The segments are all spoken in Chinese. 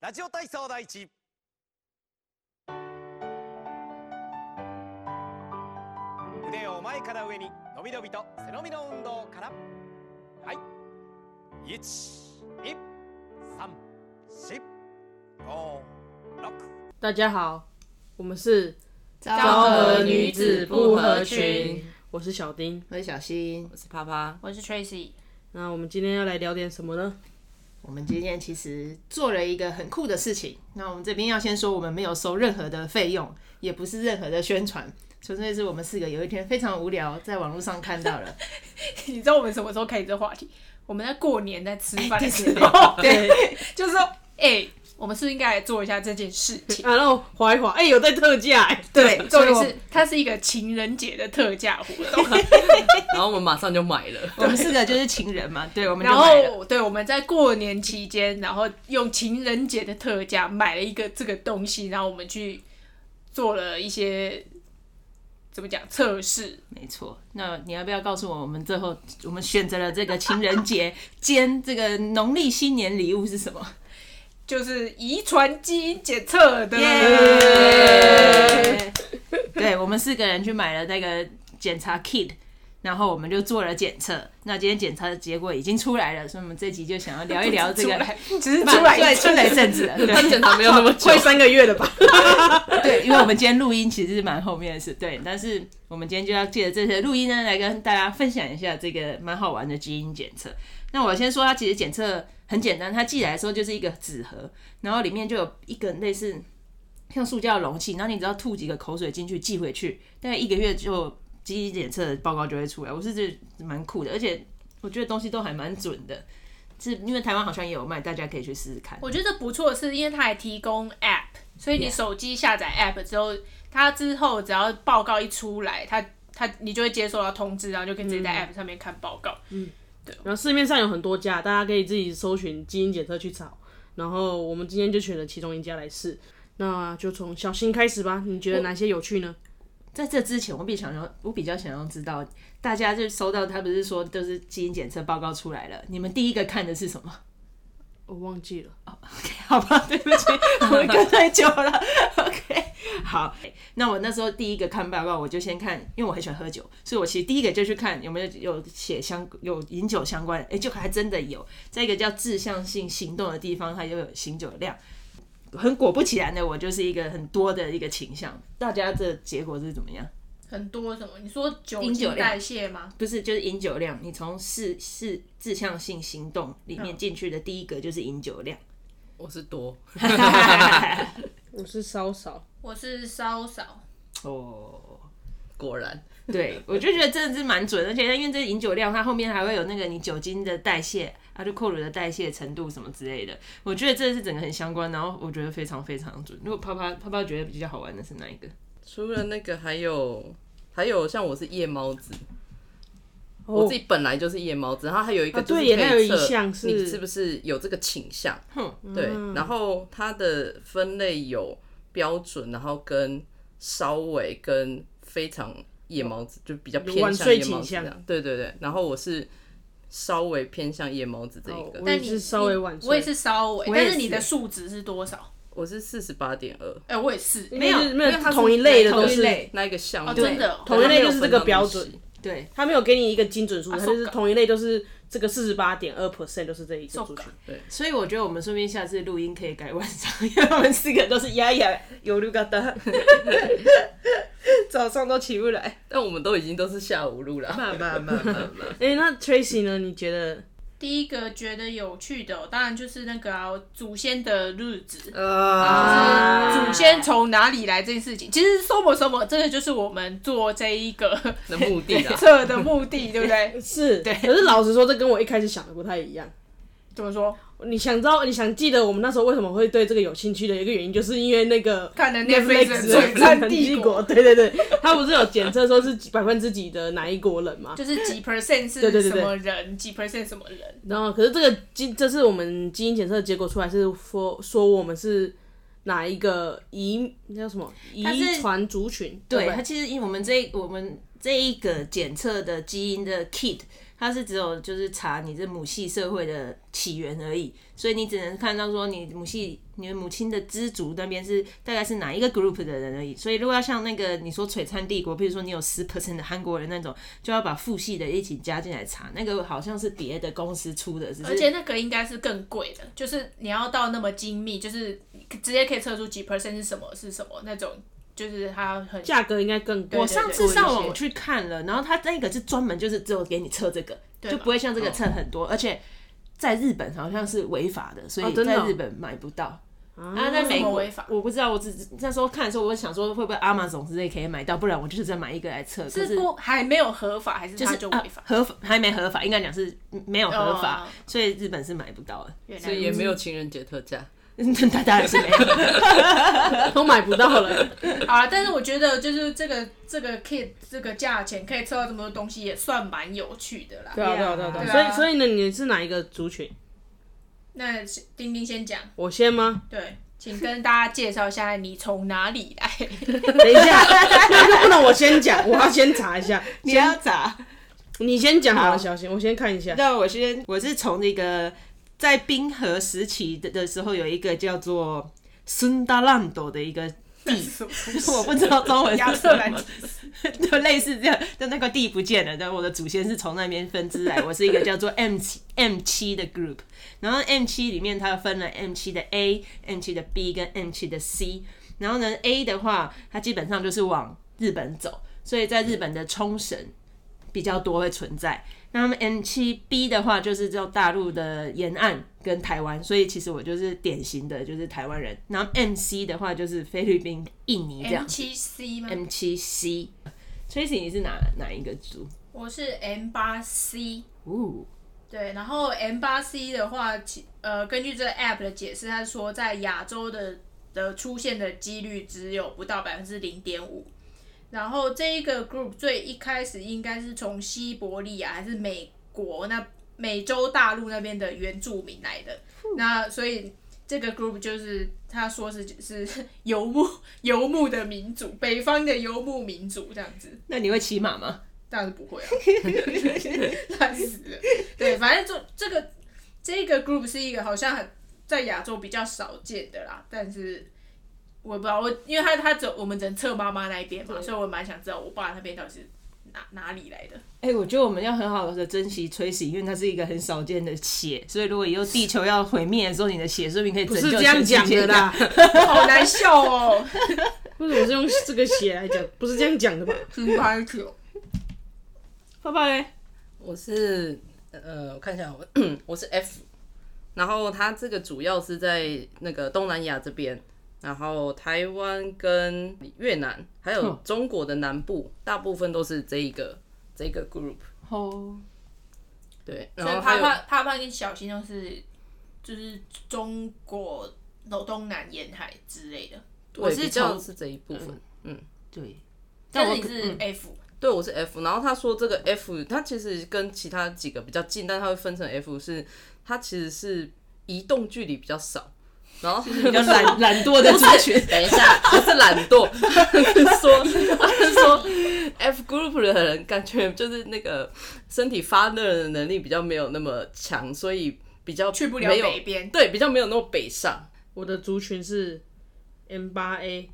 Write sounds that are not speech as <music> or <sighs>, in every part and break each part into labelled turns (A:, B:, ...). A: ラジオ体操第一。腕を前から上に伸び伸びと背伸びの運動から。はい。一、二、三、四、五、六。
B: 大家好，我们是
C: 昭
B: 和女子不合群，我是小丁。
C: 我是小新。
D: 我是啪啪，
E: 我是 Tracy，
B: 那我们今天要来聊点什么呢？
C: 我们今天其实做了一个很酷的事情。那我们这边要先说，我们没有收任何的费用，也不是任何的宣传，纯粹是我们四个有一天非常无聊，在网络上看到
B: <laughs>
C: 了。
E: 你知道我们什么时候开始这话题？我们在过年在吃饭的时
C: 哎
E: 候， <laughs> 对，就是说，哎、我们是不是应该来做一下这件事
C: <laughs>
E: 情？
B: 啊，让我划一划。哎、有在特价哎、
E: 对，重
C: 所以我
E: 点是它是一个情人节的特价活动，
D: 然后我们马上就买了。
C: 我们四个就是情人嘛，对，我们就
E: 然
C: 买了。
E: 后对，我们在过年期间，然后用情人节的特价买了一个这个东西，然后我们去做了一些怎么讲测试，
C: 没错。那你要不要告诉我，我们最后我们选择了这个情人节兼这个农历新年礼物是什么？
E: 就是遗传基因检测的。
C: <laughs> 对，我们四个人去买了那个检查 kit，然后我们就做了检测。那今天检查的结果已经出来了，所以我们这集就想要聊一聊这
E: 出
C: 个。
E: 来， <laughs> 只是
C: 不
E: 出来一
C: 出来一阵子了，
E: <laughs>
D: 他
C: 对
D: 检查没有那么久
B: 快，三个月了吧？
C: <laughs> 对，因为我们今天录音其实是蛮后面的事，对，但是我们今天就要借着这些录音呢，来跟大家分享一下这个蛮好玩的基因检测。那我先说，它其实检测很简单，它寄来的时候就是一个纸盒，然后里面就有一个类似像塑胶的容器，然后你只要吐几个口水进去寄回去，大概一个月就基因检测的报告就会出来。我是觉得蛮酷的，而且我觉得东西都还蛮准的，是因为台湾好像也有卖，大家可以去试试看。
E: 我觉得不错，是因为它还提供 App，所以你手机下载 App 之后，它之后只要报告一出来，它它你就会接收到通知，然后就可以直接在 App 上面看报告。
B: 然后市面上有很多家，大家可以自己搜寻基因检测去找。然后我们今天就选了其中一家来试。那就从小新开始吧。你觉得哪些有趣呢？
C: 在这之前，我比想要，我比较想要知道，大家就收到他不是说都是基因检测报告出来了，你们第一个看的是什么？ <laughs>
B: 我忘记了。
C: 好吧，对不起，我们隔太久了。OK，好，那我那时候第一个看报告，我就先看，因为我很喜欢喝酒，所以我其实第一个就去看有没有有写相有饮酒相关的，哎、就还真的有，在一个叫志向性行动的地方，它就有醒酒量。很果不其然的，我就是一个很多的一个倾向。大家的结果是怎么样？
E: 很多什么？你说酒
C: 饮酒
E: 精
C: 量
E: 代谢吗？
C: 不是，就是饮酒量。你从四四志向性行动里面进去的第一个就是饮酒 <laughs> 量。
D: 我是多，
B: 我是稍少，
E: 我是稍少，
C: 哦，
D: 果然
C: <laughs> 对，我就觉得真的是蛮准，而且因为这饮酒量，它后面还会有那个你酒精的代谢，阿就扣乳的代谢程度什么之类的。我觉得这是整个很相关，然后我觉得非常非常准。如果啪啪啪啪觉得比较好玩的是哪一个？
D: 除了那个还有还有像我是夜猫子，
B: 哦
D: 我自己本来就是夜猫子，然后还有一个
B: 啊
D: 就是
B: 对耶
D: 可以
B: 它有一
D: 测
B: 项是嗯
D: 你是不是有这个倾向，
C: 哼，
D: 对，然后它的分类有标准，然后跟稍微跟非常夜猫子，就比较偏
B: 晚
D: 向
B: 睡
D: 夜
B: 倾
D: 猫子这
B: 向
D: 样，对对对，然后我是稍微偏向夜猫子这一个，
B: 哦我也
E: 但
B: 是
E: 你
B: 稍微晚睡
E: 我也是稍微，
C: 我也
E: 但
C: 是
E: 是你的数值是多少？
D: 我是四十八点二。
E: 哎、我也是，
B: 没
C: 啊
B: 有没有
D: 因为它是
B: 同一类的
C: 同
B: 都
C: 一
B: 是
C: 类。
D: 那一个项目，
E: 哦真的哦
D: 对它没
B: 同一
D: 有
B: 类就是这个标准
D: 分到那么细
C: 对，
B: 他没有给你一个精准数，
E: 啊
B: 他就是
E: そっか
B: 同一类都是这个四十八点二 percent 都是这一个族群
E: そっ。
C: 所以我觉得我们顺便下次录音可以改晚上，因为我们四个都是呀呀有路嘎达，早上都起不来。
D: 但我们都已经都是下午录了。
C: 慢慢慢慢
D: <laughs>
C: 慢。
B: 哎、那 Tracy 呢？你觉得
E: 第一个觉得有趣的哦、当然就是那个、啊、祖先的日子。
D: 啊
E: 祖先从哪里来这件事情，其实说么说么，这个就是我们做这一个
D: 的目的 <laughs> 啊，
E: 测的目的，对不 <laughs> 对？
B: 是？对。可是老实说，这跟我一开始想的不太一样。
E: 怎么说？
B: 你想知道，你想记得我们那时候为什么会对这个有兴趣的一个原因，就是因为那个
E: 看了 Netflix 的
B: Netflix
E: 璀璨帝
B: 国，
E: 国
B: 对对对，他不是有检测说是几百分之几的哪一国人吗？
E: 就是几 percent 是
B: 对对对对
E: 什么人，几 percent 什么人？
B: 然后，可是这个基，这是我们基因检测的结果出来是说说我们是哪一个遗那叫什么遗
C: 它是
B: 传族群？对
C: 对，
B: 不
C: 它其实因为我们这我们这一个检测的基因的 kit，它是只有就是查你这母系社会的起源而已，所以你只能看到说你母系你的母亲的支族那边是大概是哪一个 group 的人而已。所以如果要像那个你说璀璨帝国，比如说你有十 percent 的韩国人那种，就要把父系的一起加进来查，那个好像是别的公司出的，只
E: 而且
C: 是
E: 那个应该是更贵的，就是你要到那么精密，就是直接可以测出几 percent 是什么是什么那种，就是它很
B: 价格应该更高。
E: 我
C: 我上次
E: 对对对
C: 上网去看了，然后它那个是专门就是只有给你测这个，
E: 嘛
C: 就不会像这个测很
E: 哦
C: 多，而且。在日本好像是违法的，所
B: 哦
C: 以
B: 真的
C: 在
B: 哦
C: 日本买不到。
B: 啊
C: 在美
E: 什么
C: 国
E: 违法
C: 我不知道，我只那时候看的时候，我想说会不会阿玛总之类可以买到，不然我就是再买一个来测。可
E: 是
C: 是
E: 不还没有合法，还是
C: 就
E: 它
C: 是
E: 就
C: 啊
E: 违法？
C: 合法还没合法，应该讲是没有合法
E: 哦，
C: 所以日本是买不到的。
E: 原来
D: 所以也
E: 如此
D: 没有情人节特价。
C: <laughs> 他当然是没
E: <laughs>
C: 有。
B: 都买不到了。
E: 好了，但是我觉得就是这个这个 kit 这个价钱可以测到这么多东西，也算蛮有趣的啦。
B: 对啊，对啊，对啊，对啊。
E: 对
B: 所
E: 啊
B: 以，所以呢，你是哪一个族群？
E: 那丁丁先讲，
B: 我先吗？ <laughs>
E: 对，请跟大家介绍一下你从哪里来。
B: 等一下， <laughs> 那就不能我先讲，我要先查一下。
C: 你要咋？
B: 你先讲好了，
C: 好
B: 小心，我先看一下。
C: 那我先，我是从那个在冰河时期的的时候，有一个叫做孙达兰多的一个
E: <laughs>
C: 地， <laughs> 我不知道中文
E: 亚
C: 是
E: 特
C: 什
E: 兰
C: 么
E: 蒂，
C: 就类似这样，就那个地不见了。但我的祖先是从那边分支来，我是一个叫做 M 七 M 七的 group。然后 M 七里面它分了 M 七的 A、M 七的 B 跟 M 七的 C。然后呢，A 的话，它基本上就是往日本走，所以在日本的冲绳比较多会存在。那么 M 七 B 的话，就是叫大陆的沿岸跟台湾，所以其实我就是典型的就是台湾人。然后 M C 的话，就是菲律宾、印尼这
E: M
C: 样。
E: 七 C 吗？
C: M 七 C。Tracy，你是哪哪一个族？
E: 我是 M 八 C。
C: 哦，
E: 对，然后 M 八 C 的话，其呃，根据这个 app 的解释，它说在亚洲的的出现的几率只有不到百分之零点五。然后这一个 group 最一开始应该是从西伯利亚还是美国那美洲大陆那边的原住民来的，那所以这个 group 就是他说是是游牧游牧的民族，北方的游牧民族这样子。
C: 那你会骑马吗？
E: 当然是不会啊， <laughs> 烂死了。对，反正就这个这个 group 是一个好像很在亚洲比较少见的啦，但是我也不知道我，因为他他只有我们只能测妈妈那一边嘛，所以我蛮想知道我爸那边到底是哪哪里来的。
C: 哎、我觉得我们要很好的珍惜 Tracy，因为它是一个很少见的血，所以如果以后地球要毁灭的时候，你的血说不定可以
B: 不
C: 拯
B: 是
C: 救
B: 这样讲的 <laughs> 啦，
E: 好难笑哦，
B: 为什么是用这个血来讲？不是这样讲的吧？
E: 真拍手。
C: <laughs> 爸爸嘞，
D: 我是呃，我看一下，我 <clears throat> 我是 F，然后它这个主要是在那个东南亚这边，然后台湾跟越南，还有
C: 哦
D: 中国的南部，大部分都是这一个这一个 group。
C: 哦，
D: 对，然
E: 所以
D: 后还
E: 啪
D: 有
E: 啪啪啪跟小新都是就是中国东南沿海之类的，
D: 对
C: 我是
D: 比较
C: 从
D: 是这一部分。
C: 对，
E: 但
C: 我
E: 是你
C: 可
E: 是 F，、
D: 对，我是 F，然后他说这个 F，它其实跟其他几个比较近，但它会分成 F 是，它其实是移动距离比较少，然后
C: 比较懒懒惰的族群。
D: 等一 <laughs> 下，不是懒惰，是说是说 F group 的人感觉就是那个身体发热的能力比较没有那么强，所以比较
E: 去不了
D: 没有
E: 北边
D: 对，比较没有那么北上。
B: 我的族群是 M 八 A，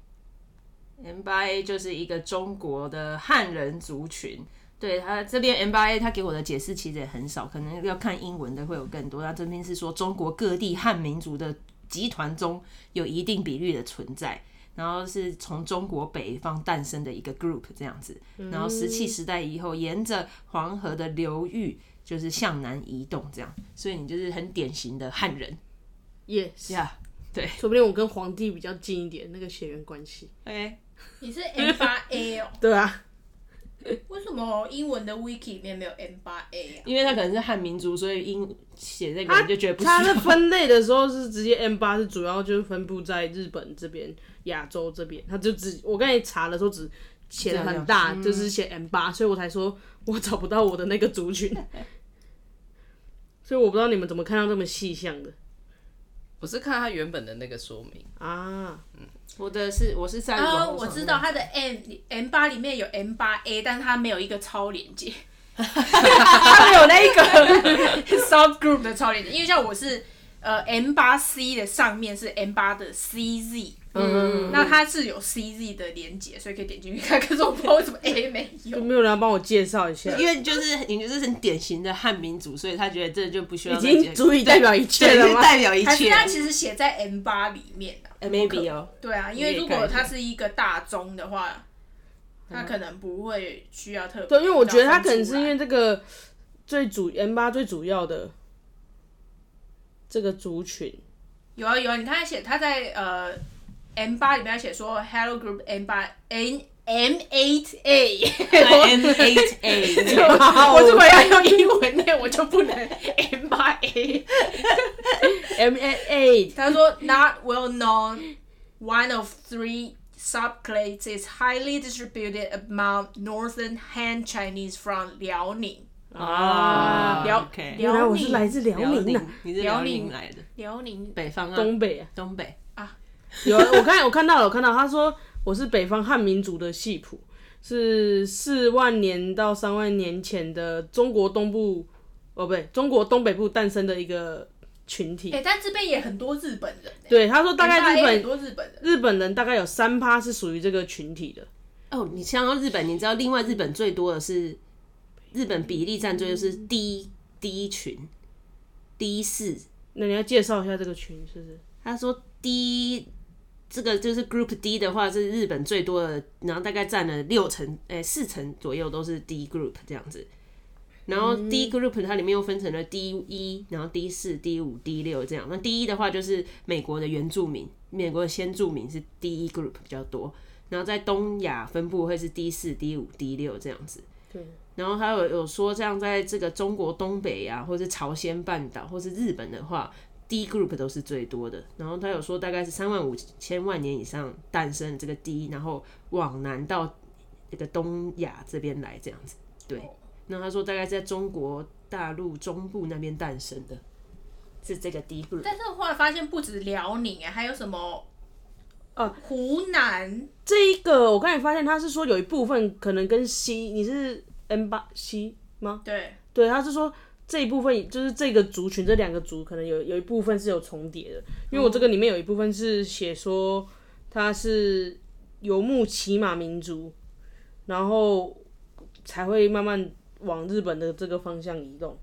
C: M 八 A 就是一个中国的汉人族群。对他这边 M 八 A，他给我的解释其实也很少，可能要看英文的会有更多。他这边是说中国各地汉民族的集团中有一定比率的存在，然后是从中国北方诞生的一个 group 这样子。然后石器时代以后，沿着黄河的流域就是向南移动这样，所以你就是很典型的汉人
B: yes，
C: 呀。
B: 说不定我跟皇帝比较近一点，那个血缘关系。
C: OK，
E: 你是 M 八 A 哦。
B: 对啊，
E: 为什么英文的 wiki 里面没有 M 八 A 啊？
C: 因为他可能是汉民族，所以英写这个
B: 他
C: 你就觉得不是。
B: 它的分类的时候是直接 M 八，是主要就是分布在日本这边、亚洲这边。它就只我刚才查的时候只写的很大，就是嗯写 M 八，所以我才说我找不到我的那个族群。 <laughs> 所以我不知道你们怎么看到这么细项的
D: 我是看他原本的那个说明，
B: 啊？
C: 我的是啊我是在
E: 然
C: 网
E: 后
C: 络
E: 啊我
C: <laughs> 上
E: 知
C: 面
E: 道它的 M M 八里面有 M 八 A，但它没有一个超连接，他们有那一个 sub group 的超连接，因为像我是呃 M 八 C 的上面是 M 八的 CZ，嗯，那它是有 CZ 的连接，所以可以点进去看。 <laughs> 可是我不知道为什么 A 没有
B: 有。没有人要帮我介绍一下？
C: <laughs> 因为就是你就是很典型的汉民族，所以他觉得这就不需要
B: 已
C: 再解
B: 经足以代表一切呃
C: 对，
B: 了
C: 是
B: 吗？
C: 代表一
E: 还是
C: 切。啊
E: 它其实写在 M 八里面啊
C: m a y b e 哦，
E: 对啊，因为如果它是一个大宗的话，它可能不会需要特别。
B: 对，因为我觉得
E: 啊
B: 他可能是因为这个最主 N 八最主要的这个族 <laughs> 群，
E: 有啊有啊，你看他写他在呃 M 八里面他写说 Hello Group M 八 N M eight
B: <laughs>
E: A，
C: M eight A，
E: 我如果要用英文念，我就不能 M 八 A。
B: M A
E: 他说 Not well known, one of three subclades is highly distributed among northern Han Chinese from 辽宁。
C: 啊
E: 辽
C: OK
E: 辽宁
B: 自辽啊
C: 辽宁，啊你是辽
E: 辽
C: 宁
E: 宁
C: 来的，
E: 辽宁
C: 北方啊，
B: 东北啊。
C: 东北，
B: 有啊，我看我看到了，我看到他说我是北方汉民族的系谱，是四万年到三万年前的中国东部，哦不对，中国东北部诞生的一个群体。
E: 哎、但这边也很多日本人、欸，
B: 对，他说大概
E: M8A
B: 日
E: 很
B: 本
E: 多日本人。
B: 日本人大概有三趴是属于这个群体的。
C: 哦，你想到日本，你知道另外日本最多的是日本比例占最多是 D D 群，D 四，
B: 那你要介绍一下这个群是不是？
C: 他说 D 这个就是 Group D 的话是日本最多的，然后大概占了六成，诶、四成左右都是 D Group 这样子。然后 D Group 它里面又分成了 D 一，然后 D 四、D 五、D 六这样。那 D 一的话就是美国的原住民，美国的先住民是 D 一 Group 比较多，然后在东亚分布会是 D 四、D 五、D 六这样子。
B: 对。
C: 然后还有有说，像在这个中国东北呀、或是朝鲜半岛，或是日本的话，D group 都是最多的。然后他有说，大概是三万五千万年以上诞生的这个 D，然后往南到这个东亚这边来这样子。对，那他说大概在中国大陆中部那边诞生的，是这个 D group。
E: 但是我后来发现，不止辽宁、哎，还有什么？
B: 呃，
E: 湖南
B: 这一个我刚才发现他是说有一部分可能跟西，你是 N 八西吗？
E: 对，
B: 对，他是说这一部分就是这个族群这两个族可能有有一部分是有重叠的，因为我这个里面有一部分是写说他是游牧骑马民族，然后才会慢慢往日本的这个方向移动。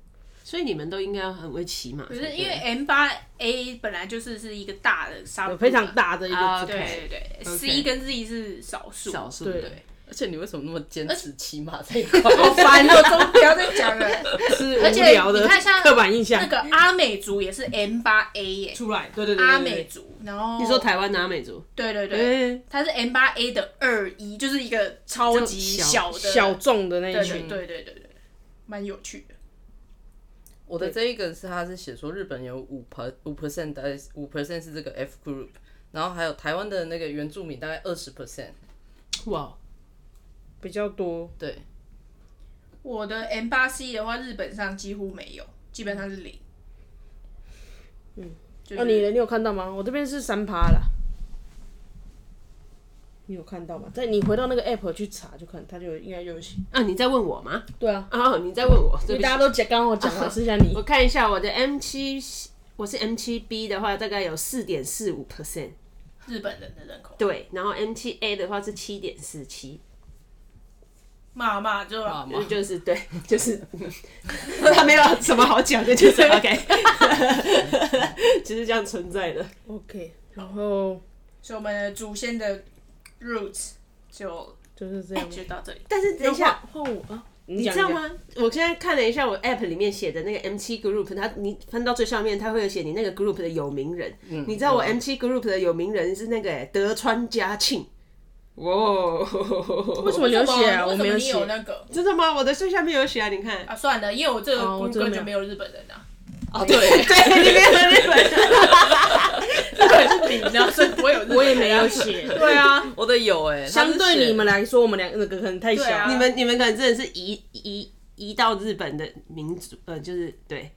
C: 所以你们都应该很会骑马才
E: 可
C: 对，
E: 是因为 M 八 A 本来就是是一个大的沙
B: 有非常大的一个
C: 啊
B: 族群
E: 对对对，C 跟 Z 是少数。
C: 少数
B: 对
C: 对。
D: 而且你为什么那么坚持骑马这一块？
E: 好烦哦， <laughs> 终于不要再
B: <laughs>
E: 讲了。
B: 是
E: 而且
B: 无聊的
E: 你看像
B: 刻板印象
E: 那个阿美族也是 M 八 A 耶，
B: 出来，对对对哎
E: 阿美族，然后
C: 你说台湾的阿美族，
E: 对对对，
C: 诶
E: 它是 M 八 A 的二一，就是一个超级小的
B: 小众的那
E: 对
B: 一群
E: 对，对对对对，蛮有趣的。
D: 我的这一个是，他是写说日本有五 per 五 percent 大概五 percent 是这个 F group，然后还有台湾的那个原住民大概二十 percent，
C: 哇，
B: 比较多。
D: 对，
E: 我的 M 八 C 的话，日本上几乎没有，基本上是零。嗯，
B: 那、
E: 就
B: 哦你呢？
E: 是
B: 你有看到吗？我这边是三趴啦。你有看到吗？在你回到那个 app 去查，就看它就有应该就有写。
C: 啊，你在问我吗？
B: 对啊，
C: 哦，你在问我，
B: 因为
C: 对不起
B: 大家都讲，刚刚我讲了，剩下你
C: 我。看一下我的 M 七，我是 M 七 B 的话，大概有四点四五 percent，
E: 日本人的人口，
C: 对，然后 M 七 A 的话是七点四七，
E: 骂骂就
D: 妈妈
C: 就是对，就是嗯他没有什么好讲的，就是 <laughs> OK，就是这样存在的。
B: <laughs> OK，然后
E: 所以我们的祖先的 roots 就
B: 就是这样。
E: 就到这里。
C: 但是等一下，
B: 哎换我啊，你
C: 你
B: 讲
C: 知道？吗？我现在看了一下我 App 里面写的那个 M 七 Group，它你翻到最上面，它会有写你那个 Group 的有名人。你知道我 M 七 Group 的有名人是那个、欸、德川家庆。哇哦！
B: 为什么你有写啊？
E: 为
B: 我
E: 什
B: 没
E: 么你
B: 写。
E: 有那个
C: 真的吗？我的最下面有写啊，你看。
E: 啊？算了，因为我这个
B: 哦我
E: group
B: 真的
E: 根
B: 没有
E: 本就没有日本人啊。
C: 哦，对 <laughs> 对，里面有日本人。 <laughs>
E: 然后所以不会有日本人
B: 我也没有写。 <laughs> 对啊，
D: 我的有哎、欸，他是
B: 相对
D: 写
B: 你们来说，我们两个可能太小
E: 对啊
B: 了。
C: 你们你们可能真的是移移移到日本的民族，呃，就是对。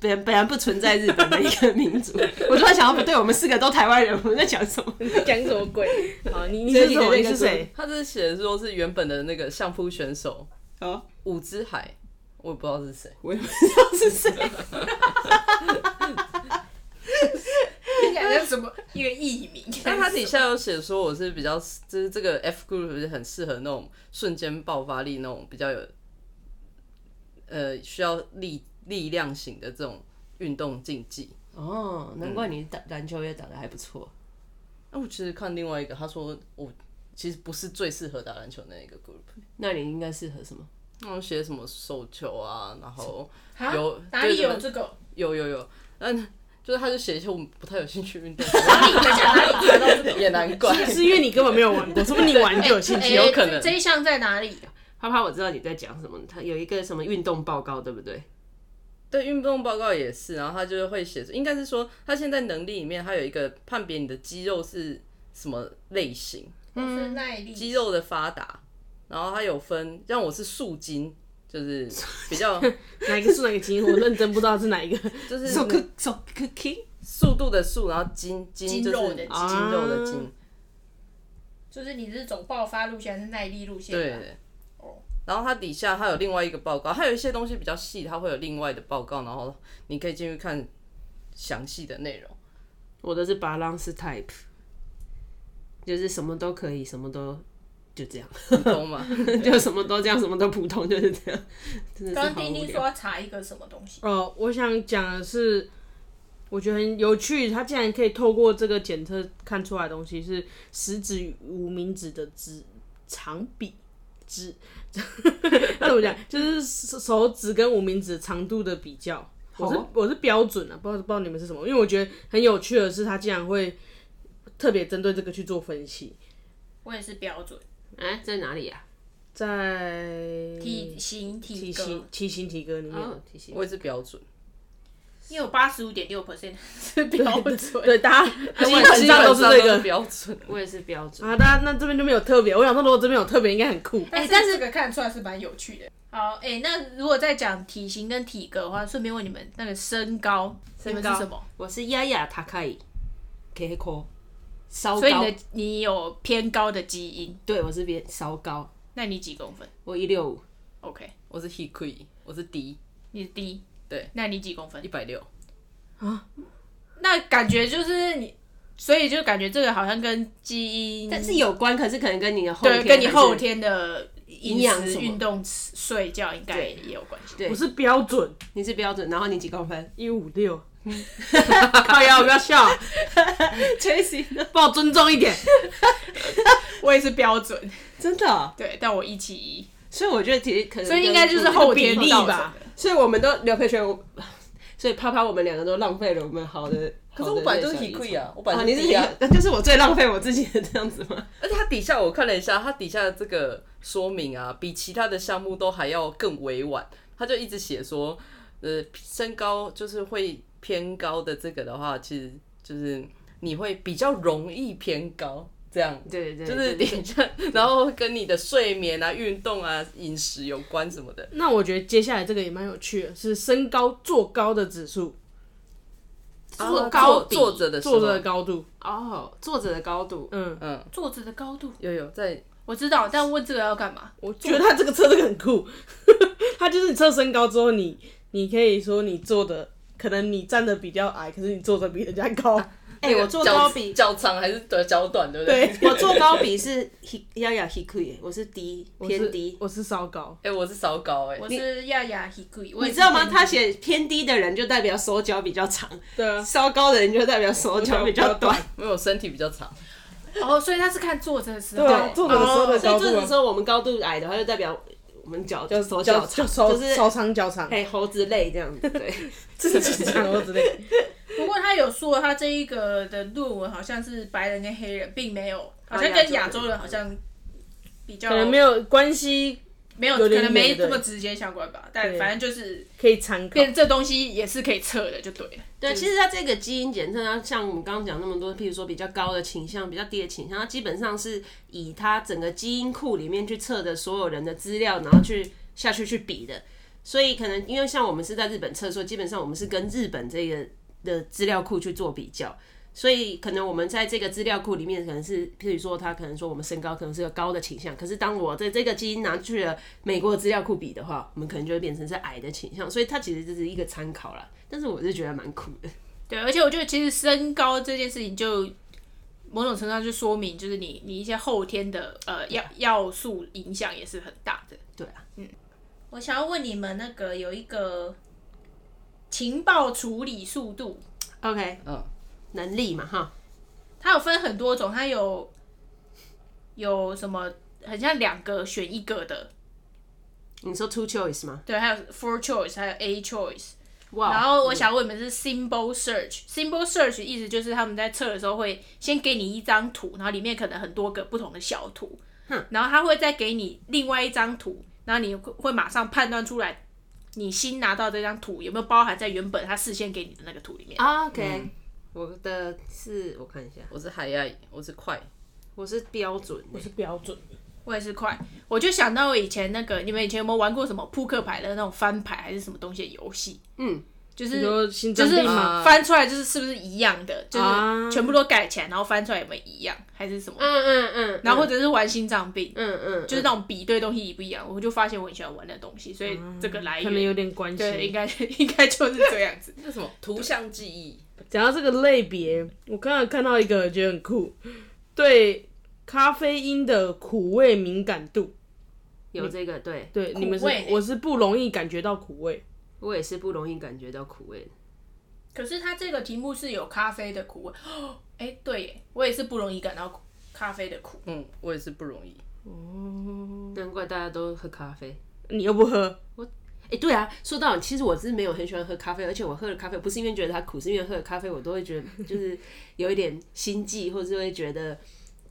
C: 本来本来不存在日本的一个民 <laughs> 族，我突然想到，不对，我们四个都台湾人，我们在讲什么？
B: 讲什么鬼？好，你你是什么？你是谁？
D: 他是写说是原本的那个相扑选手
C: 哦，
D: 五之海，我也不知道是谁。
C: 我也不知道是谁。
E: 听起来像什么一个艺
B: <laughs>
E: 名。
D: 但他底下有写说我是比较，就是这个 F group 是很适合那种瞬间爆发力那种比较有，呃，需要力力量型的这种运动竞技。
C: 哦，难怪你打篮球也打得还不错。
D: 那我其实看另外一个，他说我其实不是最适合打篮球的那一个 group，
C: 那你应该适合什么？
D: 那我写什么手球啊，然后
E: 啊
D: 有
E: 哪里
D: 对
E: 有这个？
D: 有有有，嗯，就是他就写一些我们不太有兴趣运动， <laughs>
E: 哪里你讲哪里查到这个？
D: 也难怪。
B: 是因为你根本没有玩过，说不定你玩就有兴 <laughs> 趣。哦
E: 哎
D: 有可能
E: 这这一项在哪里？
C: 啪啪，我知道你在讲什么。他有一个什么运动报告，对不对？
D: 对运动报告也是，然后他就是会写出，应该是说他现在能力里面，他有一个判别你的肌肉是什么类型，
E: 嗯，耐力。
D: 肌肉的发达，然后他有分，像我是树筋，就是比较
B: 哪一个是哪个筋，我认真不知道是哪一个。
D: 就是
C: 手可手可 king，
D: 速度的速，然后筋筋
E: 筋
D: 就是
E: 肉的筋
D: 筋肉的筋，
E: 就是你是走爆发路线还是耐力路线？啊
D: 对。对。对哦然后它底下它有另外一个报告，它有一些东西比较细，它会有另外的报告，然后你可以进去看详细的
B: <laughs>
D: 内容。
C: 我的是 balance type，就是什么都可以，什么都就这样， <laughs>
D: 懂吗？
C: 就什么都这样，什么都普通，就是这样。 <laughs> 真的
E: 刚
C: 是
E: 刚
C: 好
E: 丁
C: 无
E: 丁说
C: 聊。
E: 要查一个什么东西，
B: 呃，我想讲的是，我觉得很有趣，他竟然可以透过这个检测看出来的东西是食指与无名指的指长比。指，那 <laughs> 怎么讲？就是手手指跟无名指长度的比较。我是
C: 好哦
B: 我是标准啊，不知道不知道你们是什么，因为我觉得很有趣的是，他竟然会特别针对这个去做分析，
E: 我也是标准
C: 哎，在哪里呀？
B: 在
C: 嗯
E: 体型体
B: 体
E: 格，
B: 型体型体格里面，
C: 哦，提醒
D: 我也是标准。
E: 因为我八十五点六 percent <laughs> 是标准。
B: <laughs> 对大家 <laughs> 基本
D: 基本
B: 上
D: 上
B: 都
D: 都
B: 是
D: 是
B: 这
D: 这
B: 个
D: 个标准。
C: 我也是标准。
B: 啊，大家那这边就没有特别。我想说，如果这边有特别，应该很酷。
E: 哎、但是这个看出来是蛮有趣的。好，哎、那如果再讲体型跟体格的话，顺便问你们那个身高，
C: 身
E: 你
C: 高
E: 们是什么？
C: 我是丫丫塔卡伊，K 科，稍高。
E: 所以你的你有偏高的基因，
C: 对我是边稍高，
E: 那你几公分
C: 我一六五，
E: ？OK，
D: 我是 he k i 我是 D
E: 你是低，
D: 对，
E: 那你几公分
D: 一？百六。
E: 那感觉就是你，所以就感觉这个好像跟基因，
C: 但是有关，可是可能跟你的后
E: 对
C: 天
E: 跟你
C: 还是
E: 后天的饮
C: 营养什
E: 食、
C: 么
E: 运动、吃睡觉应该也有关系。
C: 对
B: 我是标准
C: 你是标准，然后你几公分
B: 一五六，靠腰不要 <laughs> 笑，
C: ？Tracy 呢？
B: 帮我尊重一点。
E: 我也是标准，
C: <laughs> 真的哦、
E: 对，但我一七一，
C: 所以我觉得其实可能
E: 所以应该就是
C: 跟
E: 后天
C: 那个比
E: 造
C: 例
E: 成的
C: 吧。。所以我们都刘佩璇，我 <sighs> 所以啪啪，我们两个都浪费了我们好的。
D: 可是我本来就是 he k i 啊，我本
C: 啊，
D: 来
C: 你
D: 就是 D 啊。
C: 那就是我最浪费我自己的这样子吗？
D: 而且它底下我看了一下，它底下的这个说明啊，比其他的项目都还要更委婉。他就一直写说，呃，身高就是会偏高的这个的话，其实就是你会比较容易偏高，这样
C: <laughs> 对对
D: 就是
C: 对 <laughs>
D: 你这，然后跟你的睡眠啊、运动啊、饮食有关什么的。
B: 那我觉得接下来这个也蛮有趣的，是身高坐高的指数，
D: 坐
C: 高比
D: 坐着的时候
B: 坐着的高度。
C: 哦，坐着的高度，
B: 嗯，
D: 嗯，
E: 坐着的高度
D: 有有在
E: 我知道，但问这个要干嘛？
B: 我觉得他这个测这个很酷， <laughs> 他就是你测身高之后，你你可以说你坐的，可能你站的比较矮，可是你坐的比人家高。
C: 哎、我坐
D: 脚
C: 高 <laughs> 比，
D: 脚长还是短脚短，对不对？
B: 对
D: 哎、，
C: <laughs> 我坐高比是 he 要要 he k i 我是低
B: 我是
C: 偏低。
B: 我是稍高。
D: 我是稍高哎、
E: 我是亚亚 hikui，我
C: 你
E: 也是
C: 知道吗？
E: 偏低
C: 他写偏低的人就代表手脚比较长，
B: 对啊，
C: 稍高的人就代表手脚比较短。
D: 因为我身体比较长。
E: 哦，所以他是看坐着的时候
B: 对啊，坐着的时候的
C: 哦所以
B: 高
C: 坐
B: 度
C: 着的
B: 啊
C: 时，候，我们高度矮的话，就代表我们脚就手
B: 脚
C: 脚
B: 就
C: 长，
B: 手
C: 就是
B: 手长脚长，
C: 哎猴子类这样子。 <laughs> 对，
B: 自己长或之类的。
E: 不过他有说他这一个的论文好像是白人跟黑人，并没有，好
C: 哦
E: 像
C: 亚洲
E: 跟亚洲人好像比较
B: 可能没有关系，
E: 没有，
B: 有
E: 可
B: 点
E: 能没
B: 远对
E: 这么直接相关吧。但
B: 对
E: 反正就是
B: 可以参考。
E: 变这东西也是可以测的，就对了。
C: 对，其实它这个基因检测，它像我们刚刚讲那么多，譬如说比较高的倾向、比较低的倾向，它基本上是以它整个基因库里面去测的所有人的资料，然后去下去去比的。所以可能因为像我们是在日本测，所以基本上我们是跟日本这个的资料库去做比较。所以可能我们在这个资料库里面，可能是譬如说他可能说我们身高可能是有高的倾向，可是当我在这个基因拿去了美国的资料库比的话，我们可能就会变成是矮的倾向，所以它其实就是一个参考啦。但是我是觉得蛮酷的，
E: 对，而且我觉得其实身高这件事情就。某种程度上就说明，就是你你一些后天的呃要要素影响也是很大的。
C: 对啊，
E: 我想要问你们，那个有一个情报处理速度，
C: ，OK，
D: 嗯，
C: 能力嘛哈，
E: 它有分很多种，它有有什么很像两个选一个的，
C: 你说 two choice 吗？
E: 对，还有 four choice，还有 a choice。
C: 哇、
E: 然后我想问你们是 symbol search，symbol search 意思就是他们在测的时候会先给你一张图，然后里面可能很多个不同的小图，然后他会再给你另外一张图，然后你会会马上判断出来你新拿到这张图有没有包含在原本他事先给你的那个图里面。
C: 啊 OK，、我的是我看一下，
D: 我是海爱，我是快，
C: 我是标准的、
B: 是标准的。
E: 我也是快，我就想到以前那个你们以前有没有玩过什么扑克牌的那种翻牌还是什么东西的游戏？
C: 嗯，
E: 就是
B: 说心
E: 就
B: 脏
E: 是
B: 病吗？
E: 翻出来就是是不是一样的，就是
B: 啊
E: 全部都改起来，然后翻出来有没有一样，还是什么？
C: 嗯嗯嗯，
E: 然后或者是玩心脏病，
C: 嗯嗯，
E: 就是那种比对东西一不一样，我就发现我很喜欢玩那东西，所以这个来
B: 可能有
E: 源
B: 点关
E: 对，应
B: 系。
E: 该应该就是 <laughs> 这样子。
D: 那什么图像记忆，
B: 讲到这个类别，我刚刚看到一个觉得很酷，对咖啡因的苦味敏感度。
C: 有这个对，
B: 对，你们是
E: 苦味
B: 我是不容易感觉到苦味。
C: 我也是不容易感觉到苦欸味的。
E: <laughs> 可是它这个题目是有咖啡的苦味，哦，哎，对耶，我也是不容易感到咖啡的苦。
D: 嗯，我也是不容易。 <laughs>
C: 难怪大家都喝咖啡。
B: 你又不喝，
C: 哎、对啊，说到底其实我是没有很喜欢喝咖啡，而且我喝了咖啡不是因为觉得它苦，是因为喝了咖啡我都会觉得就是有一点心悸，或是会觉得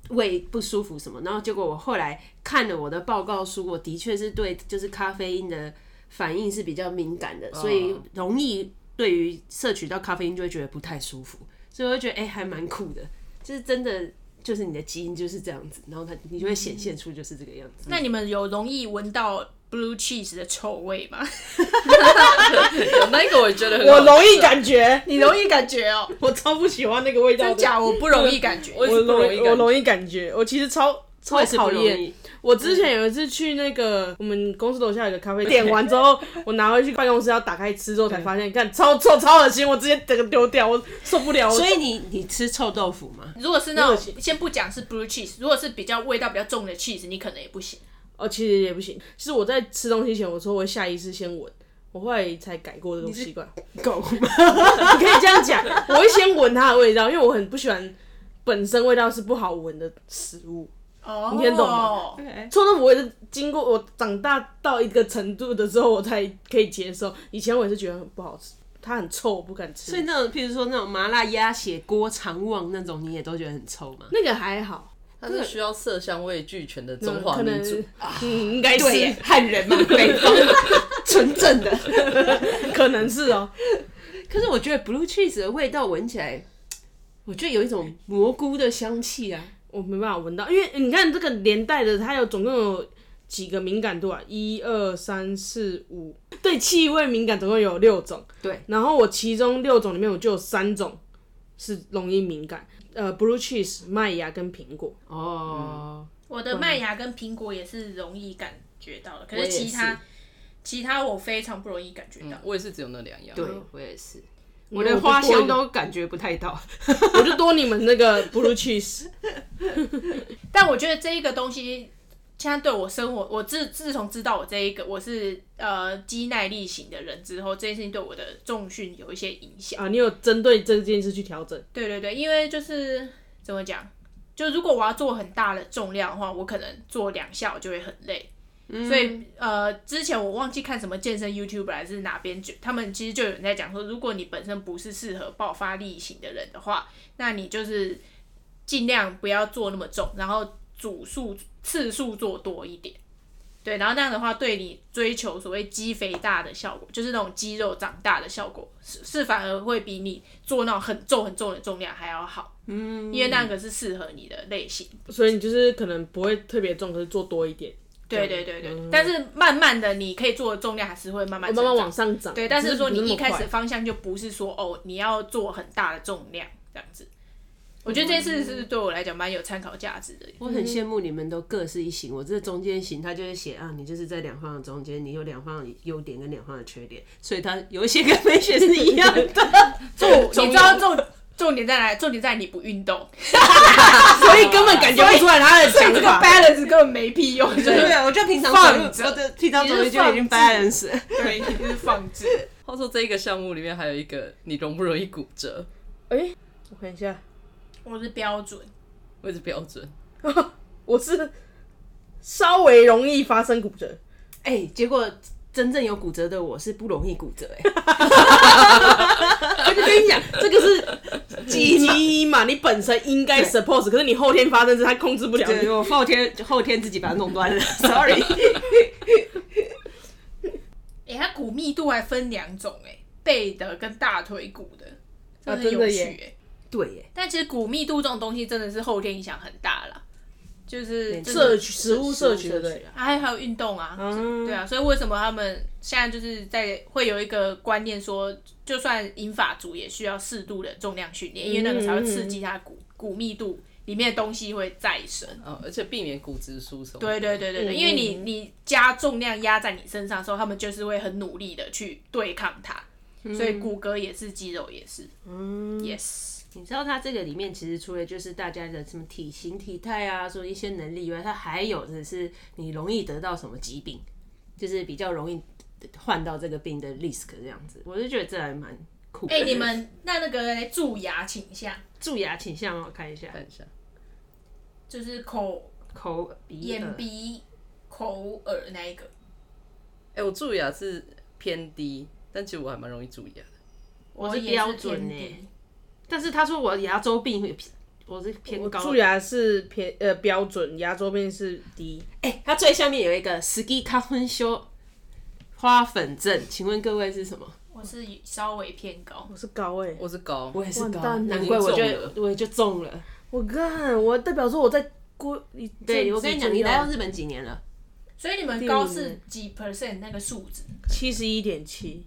C: 胃不舒服什么。然后结果我后来看了我的报告书，我的确是对就是咖啡因的反应是比较敏感的，所以容易对于摄取到咖啡因就会觉得不太舒服。所以我就觉得哎、诶还蛮酷的，就是真的就是你的基因就是这样子，然后它你就会显现出就是这个样子。
E: 那你们有容易闻到 blue cheese 的臭味吗？ <laughs>
D: 有那个我也觉得很好
B: 我啊容易感觉，
E: 你容易感觉哦，
B: 我超不喜欢那个味道
E: 真
B: 的。
E: 假我不容易感觉。
D: 我
B: 我
D: 是不
B: 容
D: 容
B: 易，
D: 易
B: 我
D: 感觉。
B: 容易感觉，我其实超超
C: 是不
B: 讨
C: 容
B: 厌。嗯
C: 易，
B: 我之前有一次去那个我们公司楼下有个咖啡，点完之后我拿回去办公室要打开吃之后才发现，看超臭超恶心，我直接整个丢掉，我受不了。我
C: 所以你你吃臭豆腐吗？
E: 如果是那种先不讲是 blue cheese，如果是比较味道比较重的 cheese，你可能也不行。
B: 哦，其实也不行。其实我在吃东西前，我说我会下意识先闻，我后来才改过这种习惯。 <laughs>
C: 狗吗？
B: 你可以这样讲，我会先闻它的味道，因为我很不喜欢本身味道是不好闻的食物。
E: 哦，
B: 你听懂吗？
C: 哎
B: 臭豆腐我也是经过我长大到一个程度的时候，我才可以接受。以前我也是觉得很不好吃，它很臭，我不敢吃。
C: <laughs> 所以那种，譬如说那种麻辣鸭血锅、肠旺那种，你也都觉得很臭
E: <laughs>
C: 吗？
B: 那个还好，
D: 它是需要色香味俱全的中华
B: 可
D: 民
B: 能
D: 族，
B: 嗯，应该
C: 对
B: 是
C: 耶，汉人嘛，北方纯正的。
B: 可能是哦、
C: <laughs> 可是我觉得 blue cheese 的味道闻起来，我觉得有一种蘑菇的香气啊。
B: 我没办法闻到，因为你看这个连带的，它有总共有几个敏感度啊？一二三四五，对气味敏感总共有六种。
C: 对，
B: 然后我其中六种里面，我就有三种是容易敏感，呃，blue cheese、麦芽跟苹果。
C: 哦，
E: 我的麦芽跟苹果也是容易感觉到的，
C: 我
E: 可是
C: 也
E: 其
C: 是嗯
E: 他其他我非常不容易感觉到。
D: 我也是只有那两样。
C: 对我也是，
E: 嗯
C: 我
B: 我
C: 连
B: 就
C: 花
B: 多一
C: 香
B: 个
C: 都感觉不太到。
B: 我就多你们那个 <laughs> blue cheese，
E: 但我觉得这一个东西，现在对我生活，我自自从知道我这一个我是呃肌耐力型的人之后，这件事情对我的重训有一些影响。
B: 啊，你有针对这件事去调整，
E: 对对对，因为就是怎么讲，就如果我要做很大的重量的话，我可能做两下我就会很累。所以呃，之前我忘记看什么健身 YouTube 还是哪边，就他们其实就有人在讲说，如果你本身不是适合爆发力型的人的话，那你就是尽量不要做那么重，然后组数次数做多一点。对，然后那样的话，对你追求所谓肌肥大的效果，就是那种肌肉长大的效果，是是反而会比你做那种很重很重的重量还要好。嗯，因为那个是适合你的类型。
B: 所以你就是可能不会特别重，可是做多一点，
E: 对对对对，但是慢慢的，你可以做的重量还是会慢慢
B: 慢慢
E: 成
B: 往
E: 长。
B: 上涨。
E: 对，但
B: 只
E: 是
B: 是
E: 说
B: 不
E: 你
B: 那么
E: 一开
B: 快
E: 始方向就不是说哦，你要做很大的重量这样子，我觉得这件事是对我来讲蛮有参考价值的。
C: 我很羡慕你们都各是一型，我这中间型，他就是写啊，你就是在两方的中间，你有两方的优点跟两方的缺点，所以他有写跟没写是一样的。
E: <laughs> 重，你知道重重点在哪？重点在你不运动，
C: 所以根本感觉不出来他的
E: 所以
C: 想
E: 这个
C: 法。
E: balance 根本没屁用， <laughs> 就
C: 对
E: 是，
C: 我觉得平常
E: 放
C: 走路
E: 着
C: 我的平常
E: 你
C: 走
E: 是
C: 路就已经
E: 放
C: balance 了。
E: 对，就是放置。
D: 话说这一个项目里面还有一个你容不容易骨折，
B: 我看一下，
E: 我是标准，
D: 我也是标准。
B: 我是稍微容易发生骨折，
C: <laughs> 哎、结果真正有骨折的我是不容易骨折哎、 <laughs>
B: 我就跟你讲，这个是基因基因嘛，你本身应该 suppose，可是你后天发生是它控制不了
C: <laughs> 对，
B: 你。
C: 我后天后天自己把它弄断了，sorry。
E: 哎、它骨密度还分两种、哎，背的跟大腿骨的，
B: 啊
E: 很有
B: 真的
E: 趣、
B: 耶
E: 哎。
C: <laughs> 对耶，
E: 但其实骨密度这种东西真的是后天影响很大啦，就是真的
B: 摄取食物摄取对不
C: 啊
B: 对？
E: 还还有运动啊，
B: 嗯
E: 对啊，所以为什么他们现在就是在会有一个观念说，就算银发族也需要适度的重量训练，因为那个才会刺
B: 嗯
E: 激他骨骨密度里面的东西会再生。
D: 啊，而且避免骨质疏松。
E: 对对对对对，因为你你加重量压在你身上的时候，他们就是会很努力的去对抗它，所以骨骼也是，肌肉也是。嗯，yes，
C: 你知道它这个里面其实除了就是大家的什么体型、体态啊，说一些能力以外，它还有的是你容易得到什么疾病，就是比较容易患到这个病的 risk 这样子。我就觉得这还蛮酷的。
E: 哎、你们那那个蛀牙倾向
C: 蛀牙倾向哦，看一下
D: 看一下，
E: 就是口
C: 口鼻
E: 眼
C: 耳
E: 鼻口耳那一个，
D: 哎、我蛀牙是偏低，但其实我还蛮容易蛀牙的。
E: 我
C: 是
E: 也
C: 标
E: 偏
C: 准
E: 低
C: 欸但是他说我牙周病会偏，我是偏
B: 我
C: 高。
B: 蛀牙是偏呃标准，牙周病是低。
C: 哎、它最下面有一个 ski 咖啡修花粉症，请问各位是什么？
E: 我是稍微偏高
B: 我。是高
C: 欸
B: 哎、
D: 我是高，
C: 我也是
B: 完蛋了
C: 难怪我就
D: 我
C: 我也
D: 已经中了
C: 就中了。
B: 我看我代表说我在过一阵子
C: 对，我跟你讲，
B: 就
C: 你来
B: 要
C: 到日本几年了？
E: 所以你们高是几 percent 那个数值？
B: 七十一点七，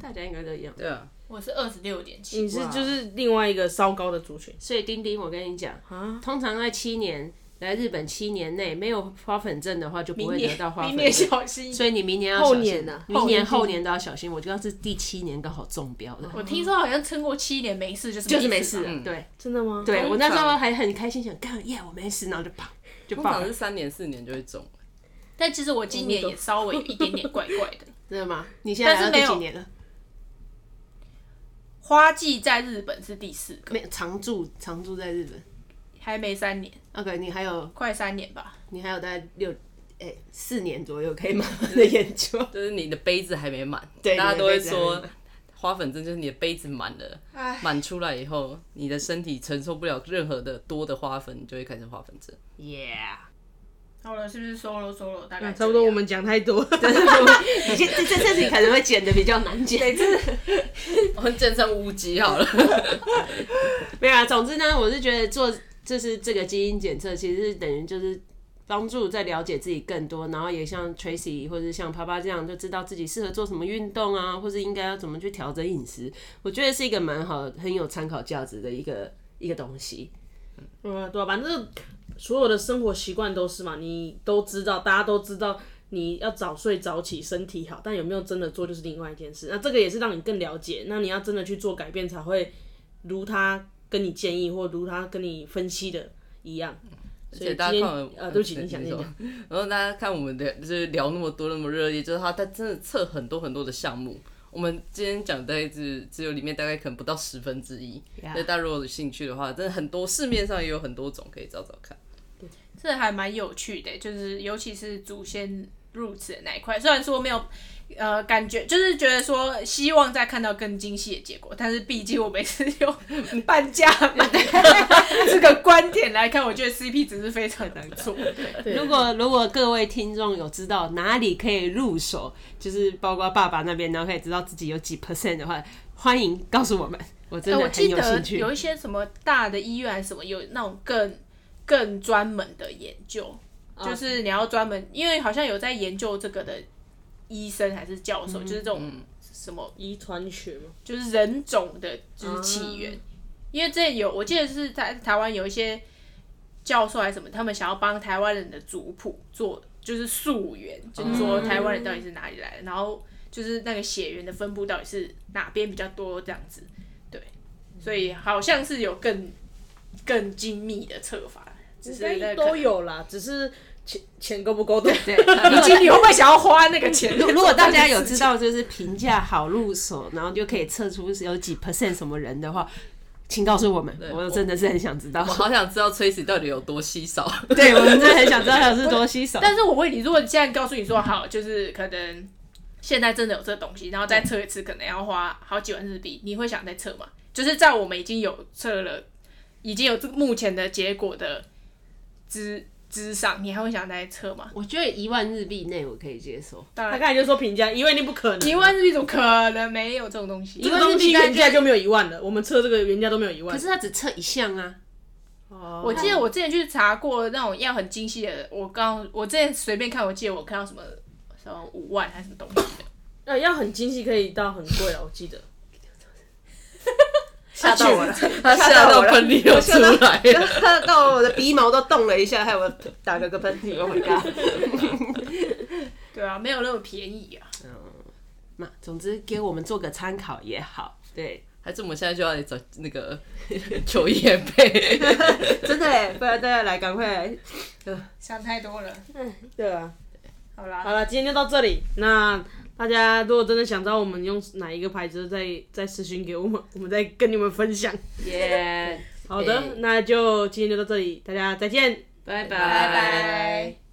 C: 大家应该都一样。
D: 对啊，
E: 我是二十六点七。
B: 你是就是另外一个稍高的族群。啊
C: 所以丁丁，我跟你讲，通常在七年来日本七年内没有花粉症的话，就不会得到花
E: 明
C: 粉
E: 年
C: 症。
E: 小心。
C: 所以你明年要
B: 后
C: 小心
B: 年啊
C: 明年
B: 后年
C: 后年都要小心。我就要是第七年刚好中标的，
E: 我听说好像撑过七年没事，就是
C: 就是
E: 没
C: 没事
E: 嘛
C: 了。对
B: 真的吗？
C: 对，我那时候还很开心，想干耶，我没事，然后就啪就
D: 通
C: 爆
D: 常
C: 了
D: 是，三年四年就会中。
E: 但其实我今年也稍微有一点点怪怪的。
C: 真的吗？你现在
E: 但是
C: 来
E: 没
C: 到
E: 有
C: 第几年了？
E: 花季在日本是第四个，
C: 没有常住常住在日本。
E: 还没三年，
C: OK，你还有
E: 快三年吧。
C: 你还有大概六哎四年左右可以慢慢 <laughs> 的研究。
D: 就是你的杯子还没满，
C: 对
D: 大家都会
C: 你的杯子还没
D: 说
C: 满
D: 花粉症就是你的杯子满了， <laughs> 满出来以后，你的身体承受不了任何的多的花粉，你就会开始花粉症。
C: Yeah，
E: 好了，是不是 solo solo 大
C: 啊
E: 概
B: 嗯差不多，
E: 这
B: 我
E: 样
B: 们讲太多了。
C: 你这这这这题可能会剪的比较难剪。
D: 我们健身乌鸡
B: <laughs>
D: 好了，
C: 没有啊，总之呢，我是觉得做就是这个基因检测，其实是等于就是帮助在了解自己更多，然后也像 Tracy 或者像啪啪这样，就知道自己适合做什么运动啊，或是应该要怎么去调整饮食。我觉得是一个蛮好、很有参考价值的一个一个东西。
B: 嗯，对啊，反正所有的生活习惯都是嘛，你都知道，大家都知道你要早睡早起，身体好，但有没有真的做就是另外一件事。那这个也是让你更了解，那你要真的去做改变，才会如他跟你建议或如他跟你分析的一样。嗯所以
D: 且
B: 今
D: 大家
B: 天
D: 看我
B: 呃，对不起，你想先
D: 说
B: 讲，
D: 然后大家看我们的就是聊那么多那么热烈，就是他他真的测很多很多的项目。我们今天讲大概只只有里面大概可能不到十分之一，所以大家如果有兴趣的话，真的很多市面上也有很多种可以找找
B: <laughs>
D: 看。
E: 这还蛮有趣的，就是尤其是祖先 roots 的那一块，虽然说没有。呃，感觉就是觉得说，希望再看到更精细的结果，但是毕竟我每次用 <laughs> 半价买 <laughs> 这个观点来看，我觉得 CP 值是非常难做。
C: 如果如果各位听众有知道哪里可以入手，就是包括爸爸那边，然后可以知道自己有几 percent 的话，欢迎告诉我们，我真
E: 哎
C: 的
E: 我
C: 很
E: 记
C: 有兴
E: 得
C: 趣。
E: 有一些什么大的医院还是什么，有那种更更专门的研究，
C: 哦
E: 就是你要专门，因为好像有在研究这个的医生还是教
C: 嗯
E: 授，就是这种什么
B: 遗传学嘛，嗯
E: 就是人种的就是起源。因为这有我记得是在台湾有一些教授还是什么，他们想要帮台湾人的族谱做就是溯源，就是说
B: 嗯
E: 台湾人到底是哪里来的，然后就是那个血缘的分布到底是哪边比较多这样子，对，所以好像是有更更精密的测法，只是
B: 应
E: 那
B: 该
E: 个
B: 都有啦，只是钱钱够不够多。
F: 对，
C: <laughs>
E: 以及你会不会想要花那个钱？
C: 如如果大家有知道就是评价好入手，然后就可以测出是有几 percent 什么人的话，请告诉我们，我真的是很想知道
D: 我。
C: <laughs>
D: 好想知道 Tracy 到底有多
B: <laughs>
D: 稀少。
C: 对，我们真的很想知道他是多稀少。
E: 但是我问你，如果现在告诉你说好，就是可能现在真的有这东西，然后再测一次，可能要花好几万日币，你会想再测吗？就是在我们已经有测了，已经有这目前的结果的之之上，你还会想再测吗？
C: 我觉得一万日币内我可以接受，
E: 当
B: <laughs> 他
E: 然，
B: 刚才就说评价一万一定不可能，啊
E: 一万日币怎么可能没有这种东西？
B: 这个东西
C: 一万
B: 原价就没有一万了，我们测这个原价都没有一万。
C: 可是他只测一项啊。
B: 哦，
E: 我记得我之前去查过那种要很精细的，我刚我之前随便看，我记得我看到什么什么五万还是什么东西的，
B: 呃要很精细，可以到很贵啊了，我记得。
D: 吓到我了，
C: <laughs>
D: 他吓到喷嚏又出来了。
C: 他到我的鼻毛都动了一下，害我打了个喷嚏。Oh my god！ <laughs>
E: 对啊，没有那么便宜啊。
C: 嘛，总之给我们做个参考也好。对，
D: 还是我们现在就要来找那个 <laughs> 求叶配？
C: 真的耶，不然大家来赶快来。
E: 想太多了，
B: 对啊，
E: 好啦，
B: 好了，今天就到这里。那大家如果真的想知道我们用哪一个牌子，再再私信给我们，我们再跟你们分享。
C: 耶，
B: 好的，那就今天就到这里，大家再见。
C: 拜拜
E: 拜拜。